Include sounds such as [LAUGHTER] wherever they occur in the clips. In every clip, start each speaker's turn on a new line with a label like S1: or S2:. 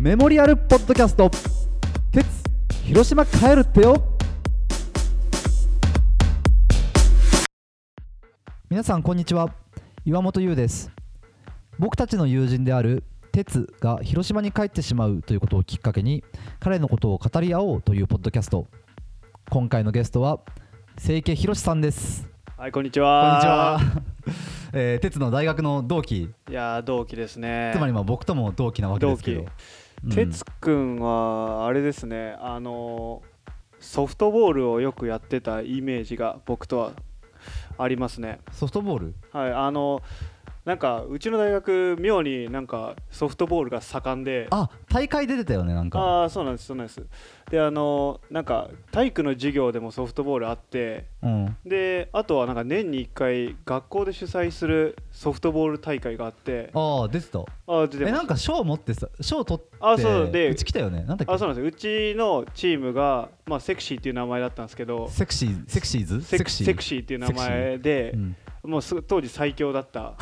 S1: メモリアルポッドキャスト鉄広島帰るってよ皆さんこんにちは岩本優です僕たちの友人である鉄が広島に帰ってしまうということをきっかけに彼のことを語り合おうというポッドキャスト今回のゲストは清家博さんです
S2: はい、こんにち
S1: こんにち
S2: は。
S1: は、 [LAUGHS] えー、鉄の大学の同期
S2: いやー、同期ですね。
S1: つまりまあ僕とも同期なわけですけど
S2: 同
S1: うん
S2: 哲くんはあれですね。あのーソフトボールをよくやってたイメージが僕とはありますね。
S1: ソフトボール
S2: はい、あのーなんかうちの大学妙になんかソフトボールが盛んで。
S1: あ大会出てたよねなんか
S2: ああーそうなんですそうなんですであのーなんか体育の授業でもソフトボールあって
S1: うん
S2: であとはなんか年に1回学校で主催するソフトボール大会があって
S1: ああ出てた
S2: あー出てま
S1: え
S2: した
S1: なんか賞持ってさ賞取って
S2: あそうで
S1: ち来たよねなんだ
S2: あ
S1: っ
S2: そうなんですようちのチームが、まあ、セクシーっていう名前だったんですけど
S1: けセクシーセクシーズセ
S2: セク
S1: クシー
S2: セクシーっていう名前で
S1: う、ん
S2: もうす当時最強だった、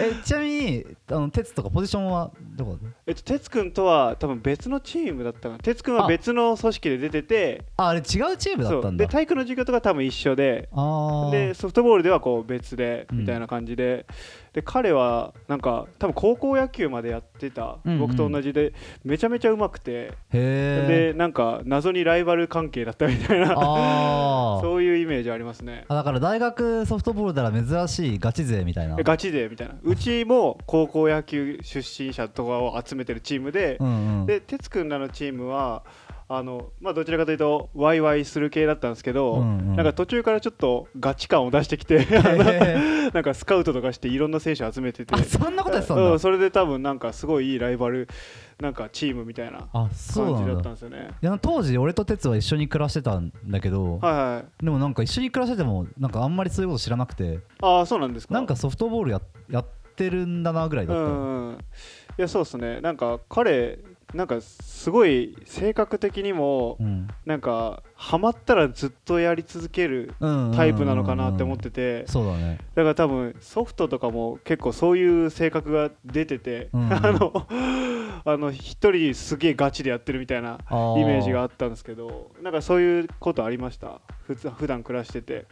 S1: えちなみにあの鉄とかポジションはどこ
S2: えっと、哲くんとは多分別のチームだったかな哲くんは
S1: あ
S2: 別の組織で出てて
S1: ああれ違うチームだ
S2: そ
S1: った
S2: うん
S1: だ
S2: で体育の授業とか多分一緒で
S1: ああ
S2: でソフトボールではこう別で
S1: うん
S2: みたいな感じで,、で彼はなんか多分高校野球までやってた、
S1: うんうん
S2: 僕と同じでめちゃめちゃうまくて、
S1: へえ
S2: でなんか謎にライバル関係だったみたいな
S1: あー
S2: [LAUGHS] そういうイメージありますね
S1: あだから大学ソフトボールなら珍しいガチ勢みたいな
S2: ガチでみたいなうちも高校野球出身者とかを集めてるチームで、
S1: うんうん
S2: で哲くんらのチームはあの、まあ、どちらかというとワイワイする系だったんですけど、
S1: うんうん
S2: なんか途中からちょっとガチ感を出してき
S1: [LAUGHS]
S2: てあ [LAUGHS]
S1: へ
S2: のなんかスカウトとかしていろんな選手集めてて
S1: あそんなことやってたん
S2: う
S1: だ
S2: んそれで多分なんかすごいいいライバルなんかチームみたいな
S1: あそう
S2: 感じ
S1: なん
S2: だっ
S1: だ
S2: たんですよね
S1: いや当時俺と哲は一緒に暮らしてたんだけど、
S2: はいはい
S1: でもなんか一緒に暮らしててもなんかあんまりそういうこと知らなくて
S2: ああそうなんですか
S1: なんかソフトボールややってるんだなぐらいだった、
S2: うんうん、いやそうですねなんか彼なんかすごい性格的にも
S1: うん
S2: なんかハマったらずっとやり続ける
S1: うん
S2: タイプなのかなって思ってて
S1: そうだね
S2: だから多分ソフトとかも結構そういう性格が出てて、
S1: うん
S2: [LAUGHS] あのあの一人すげえガチでやってるみたいな
S1: あー
S2: イメージがあったんですけどなんかそういうことありました普通普段暮らしてて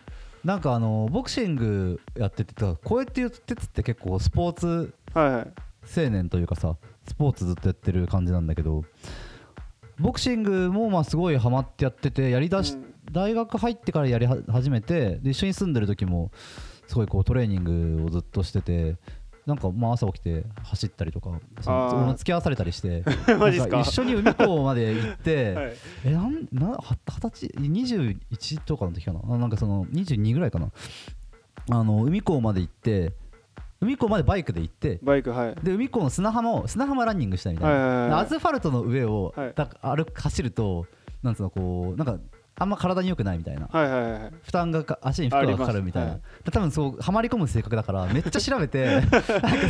S1: なんかあのボクシングやっててたこうやって言う鉄って結構スポーツ
S2: はいはい
S1: 青年というかさスポーツずっとやってる感じなんだけどボクシングもまあすごいハマってやっててやりだし、
S2: うん
S1: 大学入ってからやりは始めてで一緒に住んでる時もすごいこうトレーニングをずっとしててなんかまあ朝起きて走ったりとかその
S2: あー
S1: 俺も付き合わされたりして
S2: [LAUGHS] マジっすか
S1: なん一緒に海港まで行って、
S2: [LAUGHS] はい
S1: えなんなは二十歳21とかの時かなあなんかその22ぐらいかなあの海港まで行って海港までバイクで行って
S2: バイクはい
S1: で海港の砂浜を砂浜ランニングしたいみたいな、
S2: はいはいはいはい
S1: アスファルトの上を、
S2: はい
S1: だ歩く走るとなんつうのこうなんかあんま体に良くないみたいな
S2: はいはい
S1: [LAUGHS]
S2: はいはい
S1: 負担がか足に負荷がかかるみたいな、
S2: あり
S1: 多分そうはまり込む性格だからめっちゃ調べ
S2: [LAUGHS]
S1: てなんか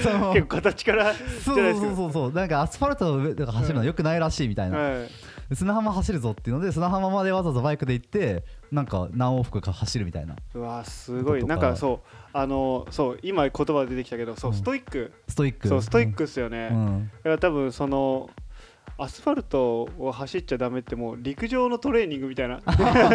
S1: その
S2: 結構形からじ
S1: そ
S2: ゃないうです
S1: そうそうそうなんかアスファルトの上とか走るのは良くないらしいみたい
S2: けど
S1: な、
S2: はい
S1: 砂浜走るぞっていうので砂浜までわざわざバイクで行ってなんか何往復か走るみたいな
S2: うわーすごい
S1: こと
S2: な
S1: と
S2: ん
S1: か
S2: かそうあのそう今言葉出てきたけどそう、
S1: うん
S2: ストイック
S1: ストイック
S2: そうストイックっすよね、
S1: うん
S2: だから多分そのアスファルトを走っちゃダメってもう陸上のトレーニングみた
S1: [LAUGHS]
S2: いな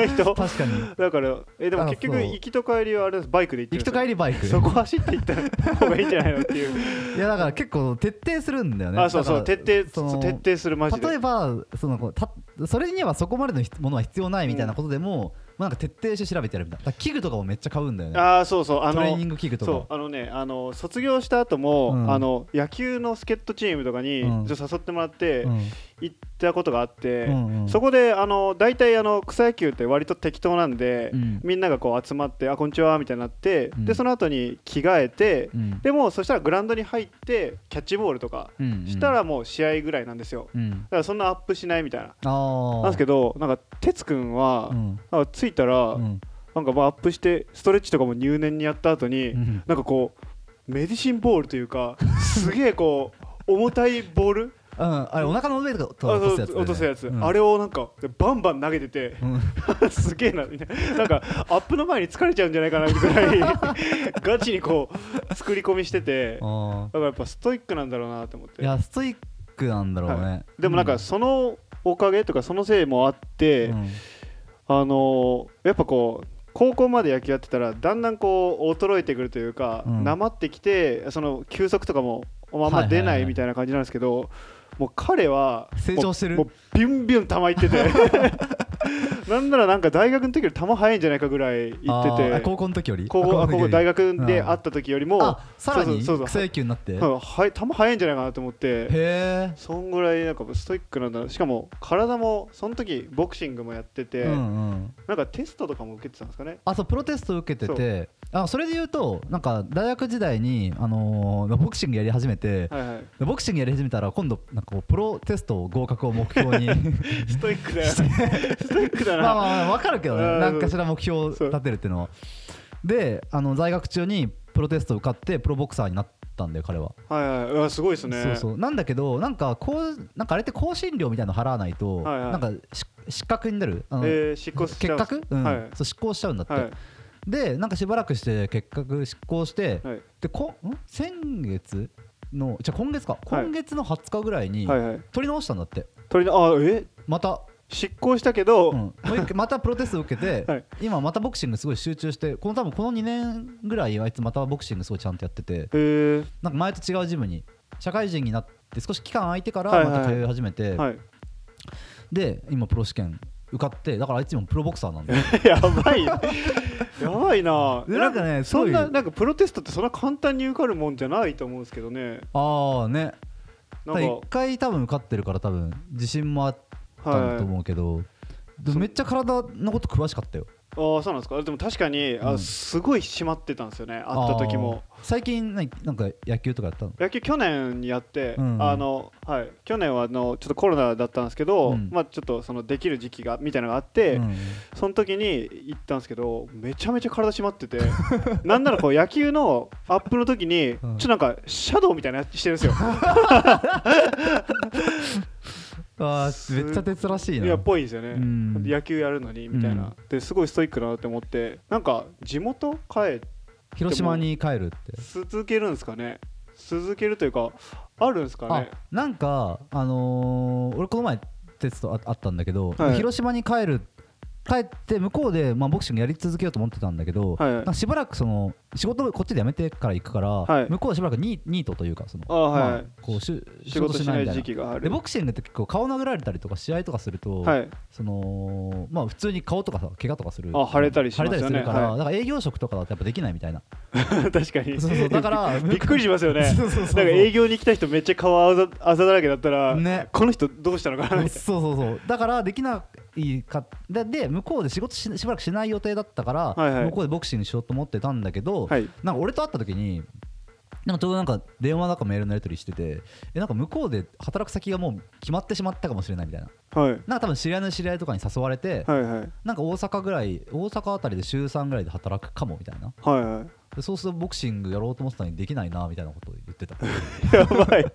S2: 人
S1: 確
S2: [LAUGHS]
S1: かに
S2: だからえでも
S1: あ
S2: 結局
S1: そう
S2: 行きと帰りはあれですバイクで行って
S1: 行
S2: る
S1: きと
S2: んですよ
S1: 帰りバイク
S2: そこ走って行った方がいいんじゃないのって
S1: [LAUGHS]
S2: いう
S1: いやだから結構徹底するんだよね
S2: あそうそう
S1: だから
S2: 徹底
S1: そ
S2: そ
S1: の
S2: う徹底するマジで
S1: 例えばそのこうたそれにはそこまでのひものは必要ないみたいなことでも、まあ、なんか徹底して調べてやるみたいなだから器具とかもめっちゃ買うんだよね
S2: ああそうそうあ
S1: トレーニ
S2: の
S1: ング器具とか
S2: そうあのねあの卒業した後も、
S1: うん
S2: あの野球の助っ人チームとかに、
S1: うん
S2: ちょっと誘ってもらって、
S1: うん
S2: 行ったことがあって、
S1: うんうん
S2: そこであの大体あの草野球って割と適当なんで、
S1: うん
S2: みんながこう集まって「あこんにちは」みたいになって、
S1: うん
S2: でその後に着替えて、
S1: うん
S2: でもそしたらグラウンドに入ってキャッチボールとか
S1: うんうん
S2: したらもう試合ぐらいなんですよ、
S1: うん
S2: だからそんなアップしないみたいな。
S1: ああ
S2: なんですけどなんか哲くんは、
S1: うん
S2: なんか着いたら、
S1: うん
S2: なんかまあアップしてストレッチとかも入念にやった後に、
S1: うん
S2: なんかこうメディシンボールというかすげえこう重たいボール
S1: うんあれお腹の上とかとか
S2: あ
S1: 落と
S2: そ
S1: すや
S2: う
S1: つだよね、
S2: 落とすやつ、
S1: うん
S2: あれをなんかバンバン投げてて、 [LAUGHS]
S1: うん
S2: すげえなみたいななんかアップの前に疲れちゃうんじゃないかな [LAUGHS] ぐらいガチにこう作り込みしててだか
S1: あ
S2: らやっぱストイックなんだろうなと思っ
S1: ー
S2: て
S1: いやストイックなんだろうね、
S2: でもなんかそのおかげとかそのせいもあって、
S1: うん
S2: あのやっぱこう高校まで野球やってたらだんだんこう衰えてくるというか
S1: うん
S2: なま、ってきてその球速とかもあん
S1: はい
S2: ま
S1: はいはい
S2: 出ないみたいな感じなんですけど、もう彼は
S1: 成長してる
S2: もうもうビュンビュン球い
S1: [LAUGHS]
S2: っててなんならなんか大学の時より球速いんじゃないかぐらい行って
S1: あ
S2: て
S1: ー高校の時より
S2: 高校あ高校大
S1: 学
S2: 学で会った時よりも、
S1: あさらに
S2: そうそうそうそう
S1: 草野球になって
S2: うんはい、球速いんじゃないかなと思って
S1: へ
S2: そんぐらいなんかストイックなんだしかも体もその時ボクシングもやってて、
S1: え、うんうん、
S2: なんかテストとかも受けてたんですかね
S1: あそうプロテスト受けててあそれで言うとなんか大学時代に、あのーボクシングやり始めて
S2: はいはい
S1: ボクシングやり始めたら今度なんかこうプロテスト合格を目
S2: [LAUGHS]
S1: 標に
S2: ストイッ
S1: [LAUGHS]
S2: クだよストイックだな、
S1: まあまあまあ分かるけどね
S2: うん
S1: 何かしら目標を立てるっていうのはであの在学中にプロテスト受かってプロボクサーになったんだよ彼は、
S2: はいはいうわすごいですね
S1: そうそうなんだけどなんかこうなんかあれって更新料みたいなの払わないと、
S2: はいはい
S1: なんかし失格になるあの、
S2: えー、執行しちゃ
S1: 結
S2: う
S1: 核、うん
S2: はい
S1: そう執行しちゃうんだって、
S2: はい
S1: でなんかしばらくして結核執行して、
S2: はい
S1: でこん先月のじゃあ今月か
S2: はい
S1: 今月の20日ぐらいに
S2: はいはい
S1: 取り直したんだって
S2: 鳥のあえ
S1: また、
S2: 執行したけど、
S1: うん、もう一回またプロテスト受けて、
S2: [LAUGHS] はい
S1: 今またボクシングすごい集中してこの多分この2年ぐらいあいつまたボクシングすごいちゃんとやってて
S2: えー、
S1: なんか前と違うジムに社会人になって少し期間空いてから
S2: はいはい
S1: また通い始めて、
S2: はい [LAUGHS]
S1: で今プロ試験受かってだからあいつ今プロボクサーなんだよ
S2: やばいやばいな
S1: でなんかね
S2: そん
S1: す
S2: な
S1: ごい
S2: なんかプロテストってそんな簡単に受かるもんじゃないと思うんですけどね
S1: ああね
S2: な
S1: だか
S2: んから
S1: 一回多分受かってるから多分自信もあったんだと思うけど、でもめっちゃ体のこと詳しかったよ
S2: ああそうなんですかでも確かに、
S1: う
S2: あ
S1: ん
S2: すごい締まってたんですよね会った時も
S1: あー最近何なんか野球とかやったの
S2: 野球去年やって、
S1: うんうん
S2: あのはい、去年はあのちょっとコロナだったんですけど、
S1: うん
S2: まあ、ちょっとそのできる時期がみたいなのがあって、
S1: うん
S2: その時に行ったんですけどめちゃめちゃ体締まってて
S1: [LAUGHS]
S2: なんならこう野球のアップの時に、ちょっとなんかシャドウみたいなやつしてるんですよ。
S1: あー
S2: す
S1: めっちゃ鉄らしい
S2: い
S1: な
S2: やっぽいんですよね、
S1: うん
S2: 野球やるのにみたいな、ですごいストイックだなって思ってなんか地元帰って
S1: 広島に帰るって
S2: 続けるんですかね続けるというかあるんですか
S1: あ
S2: ね
S1: なんかあのー俺この前テストああったんだけど、
S2: はい
S1: 広島に帰る帰って向こうで、まあ、ボクシングやり続けようと思ってたんだけど、
S2: はい
S1: なんかしばらくその仕事こっちで辞めてから行くから、
S2: はい
S1: 向こうはしばらくニーニートというかその
S2: あーはい
S1: まあ、こうしゅ
S2: 仕事しない時期があ
S1: で
S2: る
S1: ボクシングって結構顔殴られたりとか試合とかすると、
S2: はい
S1: そのまあ普通に顔とかさ怪我とかする
S2: あ腫れたりしますよね
S1: 腫れたりするから、
S2: はい
S1: だから営業職とかだとやっぱできないみたいな
S2: [LAUGHS] 確かに
S1: そうそうだから
S2: [LAUGHS] びっくりしますよね
S1: [LAUGHS] そうそうそうそう
S2: なんか営業に来た人めっちゃ顔あざあざだらけだったら、
S1: ね
S2: この人どうしたのかなみ
S1: [LAUGHS]
S2: たい
S1: そうそうそうだからできないかでで向こうで仕事ししばらくしない予定だったから、
S2: はいはい
S1: 向こうでボクシングしようと思ってたんだけど、
S2: なはい
S1: なんか俺と会った時になんかちょうどなんか電話だかメールのやり取りしててえなんか向こうで働く先がもう決まってしまったかもしれないみたいな
S2: はい
S1: なんか多分知り合いの知り合いとかに誘われて、
S2: はいはい
S1: なんか大阪ぐらい大阪あたりで週3ぐらいで働くかもみたいな
S2: はいはい [LAUGHS]
S1: でそうするとボクシングやろうと思ってたのにできないなみたいなことを言って
S2: [LAUGHS]
S1: ただか
S2: やばい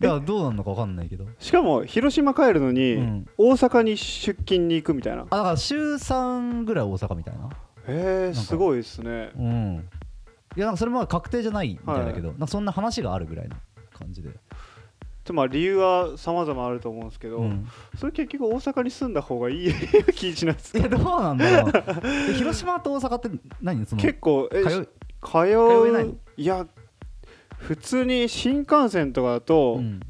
S1: らどうなるのか分かんないけど
S2: しかも広島帰るのに、
S1: うん
S2: 大阪に出勤に行くみたいな
S1: あだから週3ぐらい大阪みたいな
S2: へえ
S1: んか
S2: すごいですね
S1: うんいやなんかそれも確定じゃないみたいだけど、なんかそんな話があるぐらいの感じで、
S2: でまあ理由は様々あると思うんですけど、
S1: うん
S2: それ結局大阪に住んだ方がい [LAUGHS] い気しないです
S1: いやどうなんだ
S2: [LAUGHS]
S1: ろうえ広島と大阪って何その
S2: 結構え
S1: 通い
S2: 通
S1: 通えないの
S2: ういや普通に新幹線とかだと、
S1: うん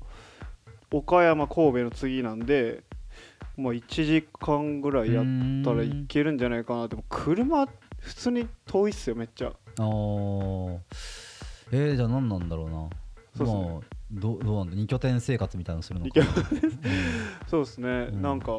S2: 岡山神戸の次なんでもう1時間ぐらいやったら
S1: うー
S2: い
S1: ん
S2: けるんじゃないかなでも車普通に遠いっすよめっちゃ
S1: あーえー、じゃあ何なんだろうな
S2: そうっすね
S1: まあどうどうなんだ二拠点生活みたいなのするの
S2: い
S1: か
S2: けそうですね、
S1: うん
S2: なんか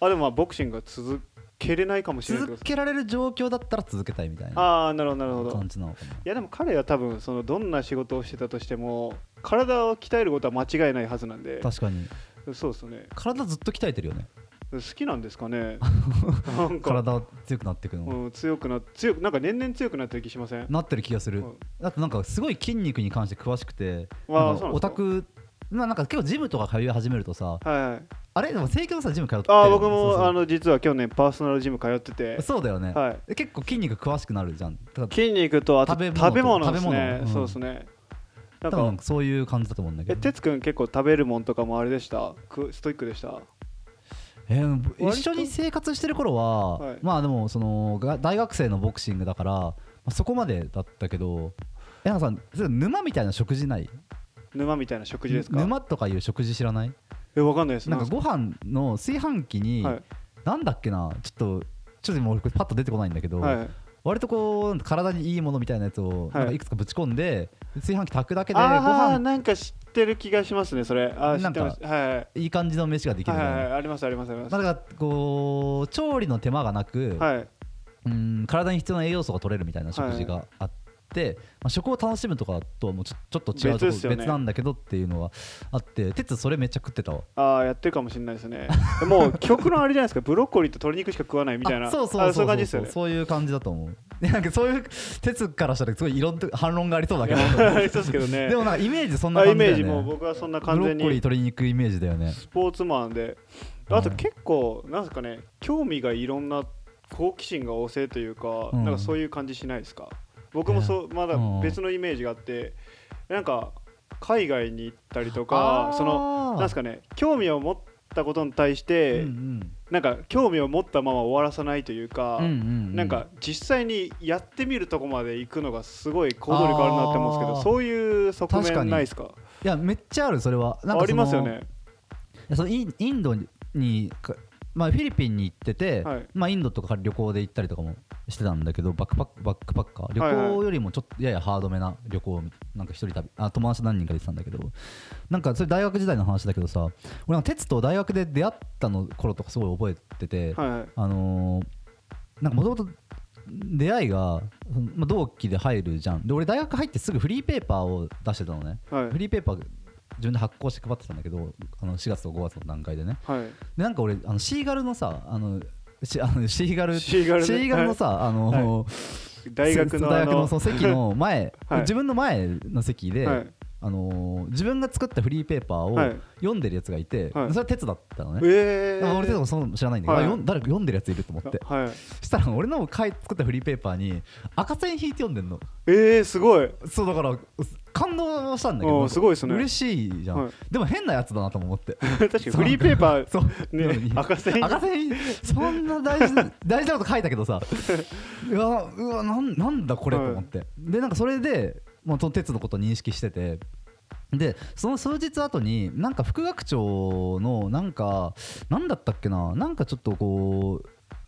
S2: あでもまあボクシングが続けれないかもしれないけ
S1: 続
S2: ど
S1: けられる状況だったら続けたいみたいな
S2: ああなるほどなるほど
S1: 感じなのかない
S2: やでも彼は多分そのどんな仕事をしてたとしても体を鍛えることは間違いないはずなんで
S1: 確かに
S2: そうですね
S1: 体ずっと鍛えてるよね
S2: 好きなんですか
S1: [LAUGHS]
S2: ねなんか、
S1: 体強くなってくの、
S2: うん、強くな強くなんか年々強くなってる気しません
S1: なってる気がする、
S2: うん
S1: だってなんかすごい筋肉に関して詳しくて
S2: わ
S1: な
S2: あ
S1: ん
S2: そう
S1: か
S2: なん
S1: オ
S2: ですか
S1: タクまあなんか結構ジムとか通い始めるとさ
S2: はいはい
S1: あれでも正規のさジム通ってる
S2: あー僕も
S1: そうそう
S2: あの実は去年パーソナルジム通ってて、
S1: そうだよね、
S2: はい、
S1: で結構筋肉詳しくなるじゃんだから
S2: 筋肉とあと
S1: 食べ
S2: 食べ
S1: 物と
S2: 物です
S1: 食べ
S2: ね
S1: 物うん
S2: そうですねなん
S1: 多
S2: か
S1: 分そういう感じだと思うんだけ
S2: え
S1: ど
S2: 哲くん結構食べるもんとかもあれでしたくストイックでした
S1: えー
S2: と
S1: 一緒に生活してる頃は、
S2: はい
S1: まあでもそのが大学生のボクシングだから、まあそこまでだったけどえなんかさ沼みたいな食事ない
S2: 沼みたいな食事ですか
S1: 沼とかいう食事知らない
S2: えわかんないです
S1: なんかご飯の炊飯器に、
S2: はい
S1: なんだっけなちょっとちょっと今俺パッと出てこないんだけど、
S2: はい
S1: 割とこう体にいいものみたいなやつを
S2: い
S1: なんかいくつかぶち込んで、炊飯器炊くだけでご
S2: ああ
S1: 飯
S2: なんか知ってる気がしますねそれあー知
S1: な
S2: っ
S1: ん
S2: て
S1: か
S2: ますはいはい
S1: いい感じの飯ができる
S2: はい
S1: みたいな、
S2: はいはいありますありますあります
S1: まあだからこう調理の手間がなく、
S2: はい
S1: うん体に必要な栄養素が取れるみたいな食事があって、まあ、食を楽しむとかとはもうちょちょっと違うとこ
S2: 別ですよね
S1: 別なんだけどっていうのはあって哲それめっちゃ食ってたわ
S2: ああやってるかもしれないですねもう極論あれじゃないですかブロッコリーと鶏肉しか食わないみたいな
S1: あそうそう
S2: あ
S1: そそ
S2: そうういう
S1: う
S2: 感じです
S1: そ
S2: よ
S1: う
S2: ね
S1: そういう感じだと思う [LAUGHS] でなんかそういう哲からしたらすごいいろんな反論がありそうだけど
S2: [LAUGHS] そうですけどね
S1: でもなんかイメージそんな
S2: あイ
S1: 感じだ
S2: メ
S1: よ
S2: ージ
S1: ね
S2: もう僕はそんな完全
S1: ブロッコリー
S2: に
S1: 鶏肉イメージだよね
S2: スポーツマンで
S1: はい
S2: あと結構なんですかね興味がいろんな好奇心が旺盛というか、
S1: うん
S2: なんかそういう感じしないですか僕もそうまだ
S1: うん
S2: 別のイメージがあってなんか海外に行ったりとかそのなんです
S1: か
S2: かね興味を持ったことに対して、
S1: うん
S2: なんか興味を持ったまま終わらさないというか、
S1: うんうんうん
S2: なんか実際にやってみるとこまで行くのがすごい行動力あるなって思うんですけ
S1: あー
S2: どそういう側
S1: 確か
S2: 面
S1: に
S2: ないですか
S1: いやめっちゃあるそれはなんかその
S2: ありますよね
S1: そのインインドにかまあ、フィリピンに行ってて、
S2: はい
S1: まあ、インドとか旅行で行ったりとかもしてたんだけどバックパックバックパッカー旅
S2: はいはい
S1: 行よりもちょっとややハードめな旅行なんか一人旅あ友達何人かで行ってたんだけどなんかそれ大学時代の話だけどさ俺なんか哲と大学で出会ったの頃とかすごい覚えてて、
S2: はいはい
S1: あのーなんかもともと出会いが、そのまあ、同期で入るじゃんで俺大学入ってすぐフリーペーパーを出してたのね
S2: はい
S1: フリーペーパー自分で発行して配ってたんだけどあの4月と5月の段階でね
S2: はい
S1: でなんか俺あのシーガルのさあのしあのシーガル
S2: シーガルね
S1: シーガルのさ、あの
S2: 大学の
S1: せ
S2: あ
S1: 大学
S2: の
S1: のその席の前、
S2: [LAUGHS] はい
S1: 自分の前の席で、
S2: はい
S1: あの自分が作ったフリーペーパ
S2: は
S1: ー
S2: い
S1: を読んでるやつがいて、
S2: はい
S1: それは哲だったのね、
S2: え
S1: でも俺哲もその知らないんだけど、
S2: はい
S1: あ読ん誰か読んでるやついると思って
S2: はい
S1: そしたら俺の書い作ったフリーペーパーに赤線引いて読んでんの
S2: えー、すごい [LAUGHS]
S1: そうだから感動したんだけ
S2: お
S1: ど
S2: ーすごいですね
S1: 嬉しいじゃん、
S2: はい
S1: でも変なやつだなとも思って
S2: 確かにフリーペーパー
S1: [LAUGHS] そうなのに
S2: ね赤線
S1: 赤線そんな大事
S2: [LAUGHS]
S1: な大事なこと書いたけどさいやうわなんなんだこれと
S2: はい
S1: 思って、でなんかそれで、まあ、その鉄のことを認識しててでその数日後になんか副学長のなんかなんだったっけななんかちょっとこ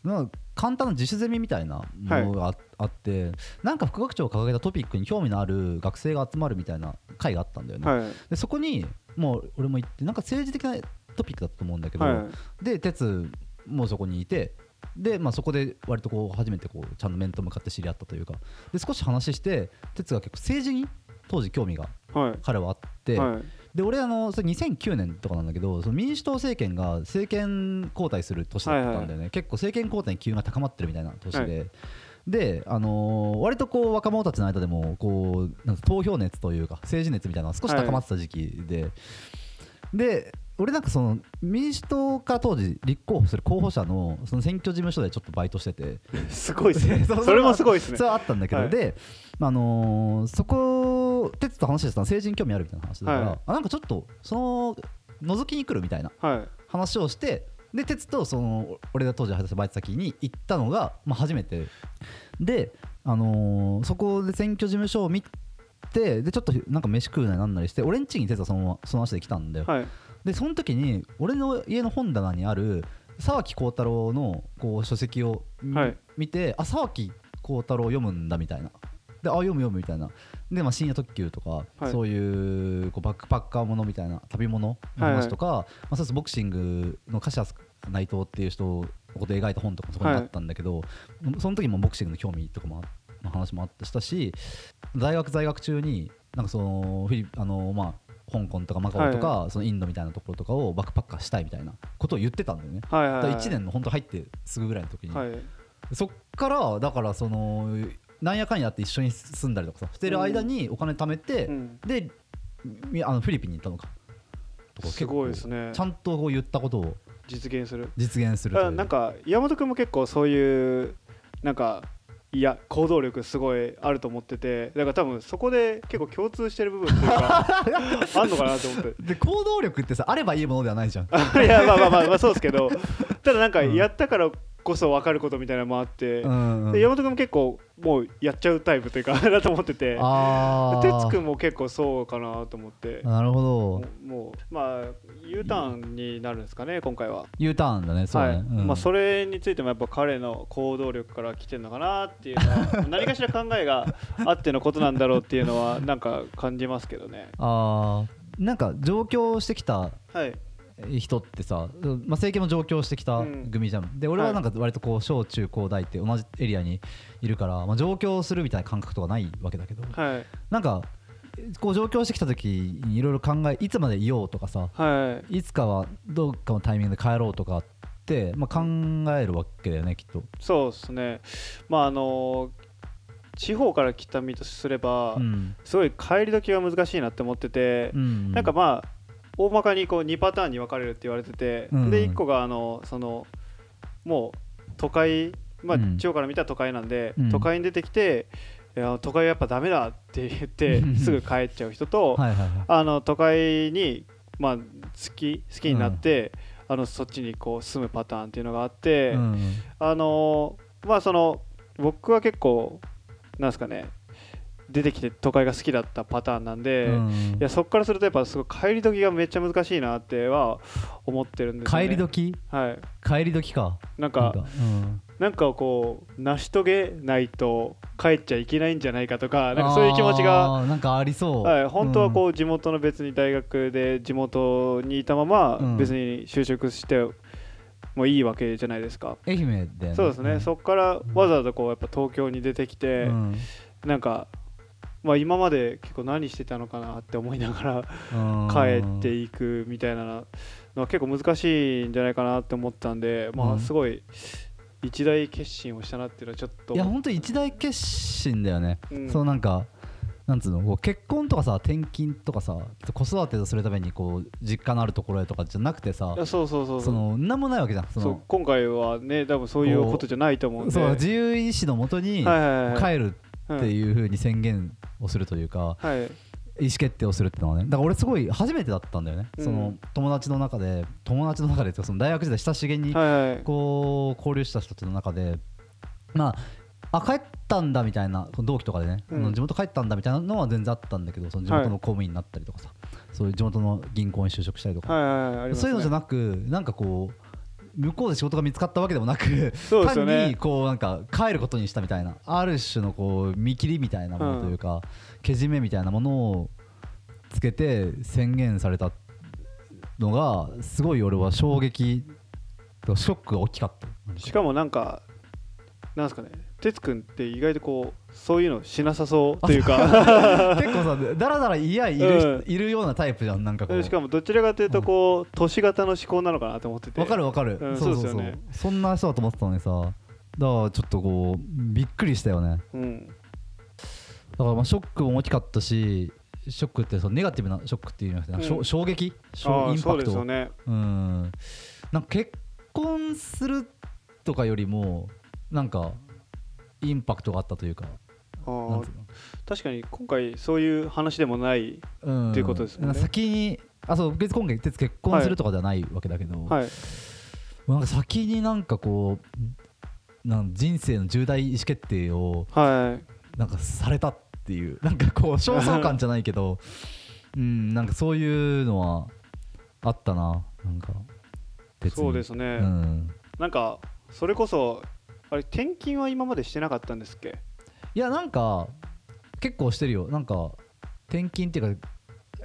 S1: うなんか簡単な自主ゼミみたいなものがあ,、あってなんか副学長が掲げたトピックに興味のある学生が集まるみたいな会があったんだよね、
S2: はい
S1: でそこにもう俺も行ってなんか政治的なトピックだったと思うんだけど、
S2: は
S1: で哲もそこにいてで、まあ、そこで割とこう初めてこうちゃんと面と向かって知り合ったというかで少し話して哲が結構政治に当時興味が
S2: いは
S1: 彼はあって、
S2: いはい
S1: で俺あのそれ2009年とかなんだけどその民主党政権が政権交代する年だったんだよね、
S2: はい
S1: 結構政権交代に機運が高まってるみたいな年で。であのー割とこう若者たちの間でもこうなんか投票熱というか政治熱みたいなのが少し高まってた時期で、で俺なんかその民主党から当時立候補する候補者のその選挙事務所でちょっとバイトしてて、
S2: すごいですね
S1: [LAUGHS] そう
S2: それもすごいですね
S1: それはあったんだけど、
S2: はい
S1: で、あのーそこ哲と話してたの政治に興味あるみたいな話だから、
S2: はい
S1: あなんかちょっとその覗きに来るみたいな
S2: はい
S1: 話をしてで哲とその俺が当時働いてたバイト先に行ったのが、まあ、初めてで、あのーそこで選挙事務所を見てでちょっとなんか飯食うなりなんなりして俺ん家に哲はそのままその話で来たんだよ、
S2: はい
S1: でその時に俺の家の本棚にある沢木耕太郎のこう書籍をみ、
S2: はい
S1: 見てあ沢木耕太郎読むんだみたいなであ読む読むみたいなで、まあ、深夜特急とか、
S2: はい
S1: そういうこうバックパッカーものみたいな旅物の話とか、まあ、そうですボクシングの柏内藤っていう人のことを描いた本とかもそこにあったんだけど、その時もボクシングの興味とかもあの話もあったしたし大学在学中になんかそのフィリあのまあ香港とかマカオとか、そのインドみたいなところとかをバックパッカーしたいみたいなことを言ってたんだよね。
S2: はいはい
S1: だ
S2: はい
S1: 1年の本当入ってすぐぐらいの時に、
S2: はい
S1: そっからだからそのなんやかんやって一緒に住んだりとかさしてる間にお金貯めて、
S2: うん
S1: でみあのフィリピンに行ったのかとか
S2: すごいですね
S1: 結構ちゃんとこう言ったことを
S2: 実現する
S1: 実現するとい
S2: あ
S1: う
S2: なんか山本君も結構そういうなんかいや行動力すごいあると思っててだから多分そこで結構共通してる部分っていうか
S1: [LAUGHS]
S2: あんのかなと思って
S1: で行動力ってさあればいいものではないじゃん
S2: あいやまあまあまあ、まあ、そうですけどただなんか
S1: うん
S2: やったからこそ分かることみたいなのもあって、
S1: うんうん
S2: で山本君も結構もうやっちゃうタイプというか [LAUGHS] だと思ってて
S1: あ
S2: 哲
S1: ー
S2: 君も結構そうかなと思って
S1: なるほど
S2: もうもうまあ U ターンになるんですかね今回は。
S1: U ターンだねそうね、
S2: はい
S1: うん
S2: まあ、それについてもやっぱ彼の行動力から来てるのかなっていうの
S1: [LAUGHS]
S2: は何かしら考えがあってのことなんだろうっていうのはなんか感じますけどね。
S1: あーなんか上京してきた
S2: はい、
S1: 人ってさ、うんまあ、政権も上京してきた組じゃん、で俺はなんか割とこう小中高大って同じエリアにいるから、まあ、上京するみたいな感覚とかないわけだけど、
S2: はい、
S1: なんかこう上京してきた時にいろいろ考えいつまでいようとかさ
S2: はい
S1: いつかはどうかのタイミングで帰ろうとかって、まあ、考えるわけだよねきっと。
S2: そうですね、まああの地方から来た身とすれば、
S1: うん
S2: すごい帰り時が難しいなって思ってて、
S1: うん、
S2: なんかまあ大まかにこう2パターンに分かれるって言われてて、
S1: うん
S2: で1個があのそのもう都会、まあ
S1: うん、
S2: 地方から見たら都会なんで、
S1: うん
S2: 都会に出てきていや都会やっぱダメだって言って
S1: うん
S2: すぐ帰っちゃう人と、
S1: はいはいはい
S2: あの都会に、まあ、好き好きになって、あのそっちにこう住むパターンっていうのがあって。
S1: うん
S2: あのーまあその僕は結構なんですかね出てきて都会が好きだったパターンなんで、
S1: うん
S2: いやそこからするとやっぱすごい帰り時がめっちゃ難しいなっては思ってるんですよね
S1: 帰り時
S2: はい
S1: 帰り時か。
S2: なんか
S1: なんかうん
S2: なんかこう成し遂げないと帰っちゃいけないんじゃないかとかなんか
S1: あー
S2: そういう気持ちが
S1: なんかありそう、
S2: はい、本当はこう地元の別に大学で地元にいたま
S1: う
S2: ま
S1: ん
S2: 別に就職してもいいわけじゃないですか、
S1: うん愛媛だよね
S2: そうですね、
S1: ん
S2: そこからわざわざこうやっぱ東京に出てきて、
S1: うん
S2: なんか、まあ、今まで結構何してたのかなって思いなが
S1: うん
S2: ら帰っていくみたいなのは結構難しいんじゃないかなって思ったんで、ま
S1: う
S2: あ、
S1: ん
S2: すごい一大決心をしたなっていうのはちょっと
S1: いや本当一大決心だよね、
S2: うん
S1: そのなんかなんつうのこう結婚とかさ転勤とかさ子育てをするためにこう実家のあるところへとかじゃなくてさ
S2: あそうそうそう
S1: そ
S2: そう
S1: のなんもないわけじゃんそ
S2: そう
S1: の
S2: 今回はね多分そういうことじゃないと思うんで
S1: そう自由意志のもとに
S2: はいはいはい
S1: 帰るっていうふうに宣言をするというか
S2: うんはい
S1: 意思決定をするってのはねだから俺すごい初めてだったんだよね、
S2: うん
S1: その友達の中で友達の中でっていうかその大学時代親しげに
S2: はいはい
S1: こう交流した人たちの中でまああ帰ったんだみたいなこの同期とかでね、
S2: うん
S1: あの地元帰ったんだみたいなのは全然あったんだけどその地元の公務員になったりとかさ、そういう地元の銀行に就職したりとか、
S2: はいはいはいありますね
S1: そういうのじゃなくなんかこう向こうで仕事が見つかったわけでもなく
S2: そうですよね
S1: 単にこうなんか帰ることにしたみたいなある種のこう見切りみたいなものというか、けじめみたいなものをつけて宣言されたのがすごい俺は衝撃ショックが大きかった
S2: しかもなんかなんですかね哲くんって意外とこうそういうのしなさそうというか [LAUGHS]
S1: 結構さだらだらいやいる,、いるようなタイプじゃんなんかこう
S2: [LAUGHS] しかもどちらかというとこう都市型の思考なのかなと思ってて
S1: わかるわかる、
S2: うん
S1: そうそうそう
S2: そうですよね
S1: そんな人だと思ってたのにさだからちょっとこうびっくりしたよね
S2: うん
S1: だからまあショックも大きかったしショックってそのネガティブなショックっていうのじゃなくてなんかしょ
S2: うん
S1: 衝撃衝
S2: あ
S1: イ
S2: あ
S1: ン
S2: そ
S1: パ
S2: う
S1: ク
S2: です
S1: ト
S2: よね
S1: うんなんか結婚するとかよりもなんかインパクトがあったというか
S2: あ
S1: な
S2: あ
S1: んつうの
S2: 確かに今回そういう話でもない
S1: うん
S2: っていうことですよね
S1: なんか先にあそう別に今回鉄結婚するとかじゃないわけだけど、
S2: はい
S1: なんか先になんかこうなん人生の重大意思決定を
S2: はい
S1: なんかされたっていうなんかこう焦燥感じゃないけどうんなんかそういうのはあったななんか別に
S2: そうですね、
S1: うん、
S2: なんかそれこそあれ転勤は今までしてなかったんですっけ
S1: いやなんか結構してるよなんか転勤っていうか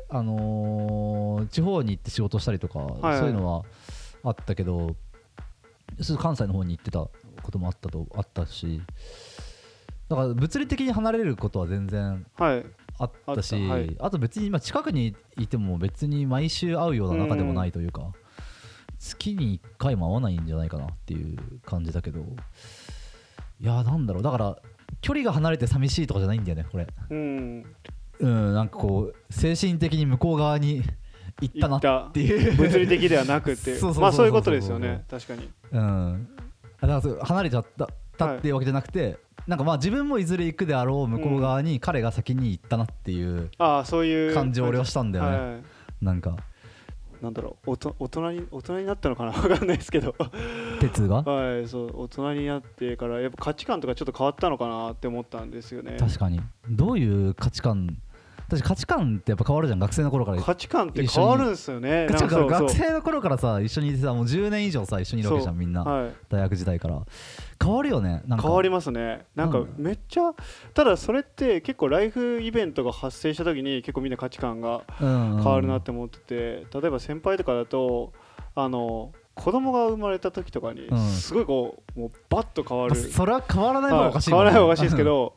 S1: あのー地方に行って仕事したりとか、
S2: はい
S1: そういうのはあったけどそう関西の方に行ってたこともあったとあったしだから物理的に離れることは全然
S2: はい
S1: あったしあ
S2: あったはい
S1: と別に今近くにいても別に毎週会うような中でもないというか、月に1回も会わないんじゃないかなっていう感じだけどいやーなんだろうだから距離が離れて寂しいとかじゃないんだよねこれ
S2: うん
S1: [LAUGHS] うんなんかこう精神的に向こう側に行ったなっていう
S2: 物理的ではなくってい
S1: そうそうそうそうう
S2: まあそういうことですよね確かに
S1: うん、あだからそう離れちゃったったっていうわけじゃなくて、なんかまあ自分もいずれ行くであろう向こう側に彼が先に行ったなっていう
S2: ああそういう
S1: 感じを俺はしたんだよね
S2: はい
S1: なんか
S2: なんだろうおと大人に大人になったのかな [LAUGHS] わかんないです
S1: [LAUGHS]
S2: けど
S1: 鉄が
S2: はいそう大人になってからやっぱ価値観とかちょっと変わったのかなって思ったんですよね
S1: 確かにどういう価値観確か価値観ってやっぱ変わるじゃん学生の頃から
S2: 価値観って変わるんですよね
S1: 価値
S2: な
S1: 観
S2: んかそう
S1: [LAUGHS] 学
S2: そう
S1: 生の頃からさ一緒にいてさもう10年以上さ一緒にいるわけじゃ
S2: そ
S1: ん
S2: う
S1: みんな、
S2: はい
S1: 大学時代から変わるよねなんか
S2: 変わりますねなん
S1: う
S2: か
S1: ん
S2: めっちゃただそれって結構ライフイベントが発生した時に結構みんな価値観が
S1: うんうん
S2: 変わるなって思ってて、例えば先輩とかだとあの子供が生まれた時とかに
S1: うん
S2: すごいこう、もうバッと変わ
S1: ま
S2: る
S1: あ、それは変わらないの
S2: は
S1: が
S2: い
S1: おかしい
S2: 変わらないはおかしいですけ
S1: うん
S2: ど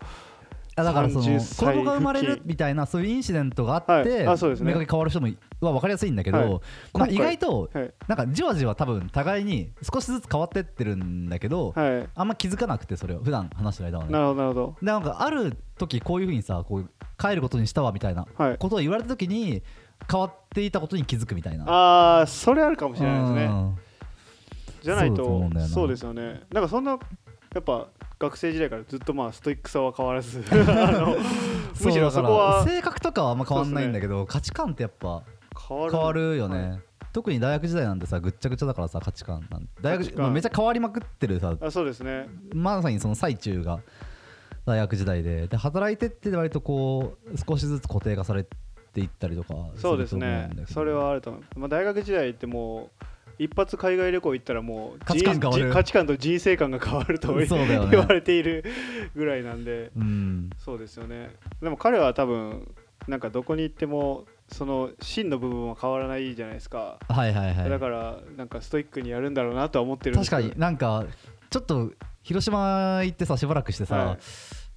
S1: あだからその
S2: 30
S1: 子
S2: 歳
S1: 供が生まれるみたいなそういうインシデントがあって、
S2: はいあそうですね
S1: 明確に変わる人もは分かりやすいんだけど、
S2: はい
S1: ま
S2: 今
S1: あ、
S2: 回
S1: 意外と
S2: はい、
S1: なんかじわじわ多分互いに少しずつ変わってってるんだけど、
S2: はい、
S1: あんま気づかなくてそれを普段話してる間はね
S2: なるほどなるほど
S1: でなんかある時こういうふうにさこう帰ることにしたわみたいな
S2: はい
S1: ことを言われた時に変わっていたことに気づくみたいな
S2: ああそれあるかもしれないですね、
S1: うん
S2: じゃない
S1: そうだと思
S2: と
S1: うんだよな
S2: そうですよねなんかそんなやっぱ学生時代からずっとまあストイックさは変わら
S1: [LAUGHS]
S2: ずあのむしろ
S1: そ
S2: そこ
S1: うだから
S2: は
S1: 性格とかはあんま変わんないんだけど、価値観ってやっぱ
S2: 変わ
S1: 変わるよね、特に大学時代なんてさぐっちゃぐちゃだからさ価値観なんて大
S2: 価
S1: 学
S2: 値観
S1: まあめっちゃ変わりまくってるさ
S2: あそうですね
S1: まさにその最中が大学時代でで働いてって割とこう少しずつ固定化されていったりとか
S2: そうですね
S1: ると思うんだけど
S2: それはあると思う、まあ、大学時代ってもう一発海外旅行行ったらもう
S1: 価値観変わる
S2: 人価値観と人生観が変わ
S1: [LAUGHS]
S2: ると
S1: そうだよね
S2: 言われているぐらいなんで
S1: うん
S2: そうですよねでも彼は多分なんかどこに行ってもその芯の部分は変わらないじゃないですか、
S1: はいはいはい
S2: だからなんかストイックにやるんだろうなとは思ってるん
S1: 確
S2: ですけど
S1: かになんかちょっと広島行ってさしばらくしてさ、
S2: はい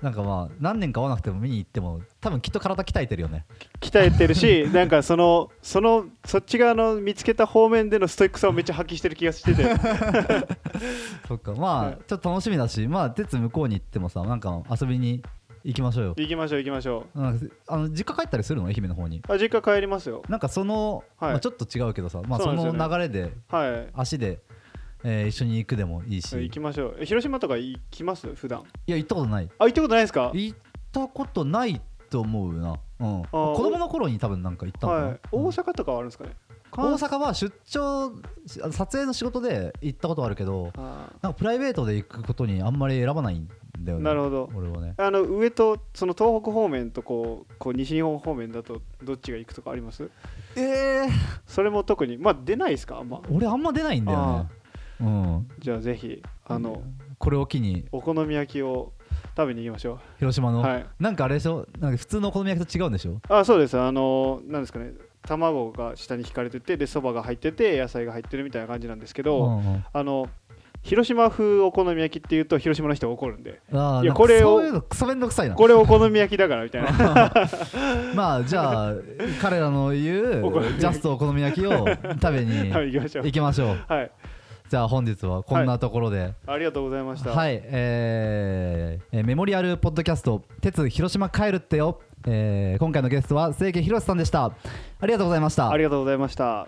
S1: なんかまあ何年か会わなくても見に行っても多分きっと体鍛えてるよね
S2: 鍛えてるしなんかそのそのそっち側の見つけた方面でのストイックさをめっちゃ発揮してる気がしてて
S1: そっかまあ、
S2: はい
S1: ちょっと楽しみだしまあ鉄向こうに行ってもさなんか遊びに行きましょうよ
S2: 行きましょう行きましょ
S1: なんかあの実家帰ったりするの愛媛の方に
S2: うあ実家帰りますよ
S1: なんかその、
S2: はい
S1: まあ、ちょっと違うけどさ、まあ、
S2: そ
S1: そう
S2: なんです
S1: の
S2: よね
S1: 流れで
S2: はい
S1: 足で、えー一緒に行くでもいいし
S2: 行きましょうえ広島とか行きます普段
S1: いや行ったことない
S2: あ行ったことないですか
S1: 行ったことないと思うな、うん、子供の頃に多分なんか行ったのかな、
S2: はい
S1: うん
S2: 大阪とかはあるんですかね
S1: 大
S2: 関
S1: 阪は出張あの撮影の仕事で行ったことはあるけど
S2: あ
S1: なんかプライベートで行くことにあんまり選ばないんだよね
S2: なるほど
S1: 俺はね
S2: あの上とその東北方面とこうこう西日本方面だとどっちが行くとかあります
S1: え
S2: それも特にまあ出ないですかあんま
S1: 俺あんま出ないんだよねうん
S2: じゃあぜひあの
S1: これを機に
S2: お好み焼きを食べに行きましょ
S1: 広島
S2: う
S1: の、
S2: はい
S1: なんかあれでしょなんか普通のお好み焼きと違うんでしょ
S2: あそうですあのなんですかね卵が下に引かれててでそばが入ってて野菜が入ってるみたいな感じなんですけど、
S1: んん
S2: あの広島風お好み焼きっていうと広島の人は怒るんで
S1: ああ
S2: いや
S1: こ
S2: こ
S1: れ
S2: れ
S1: を
S2: を
S1: そういうのクソめんどくさいな
S2: これお好み焼きだからみたいな
S1: まあじゃあ彼らの言
S2: お好み焼
S1: う
S2: き
S1: ジャストお好み焼きを食べに
S2: はい [LAUGHS] 行きましょう
S1: 行きましょう
S2: はい
S1: じゃあ本日はこんなところで、
S2: ありがとうございました、
S1: はい、えーえーメモリアルポッドキャスト「鉄広島帰るってよ」えー今回のゲストは清家博さんでしたありがとうございました
S2: ありがとうございました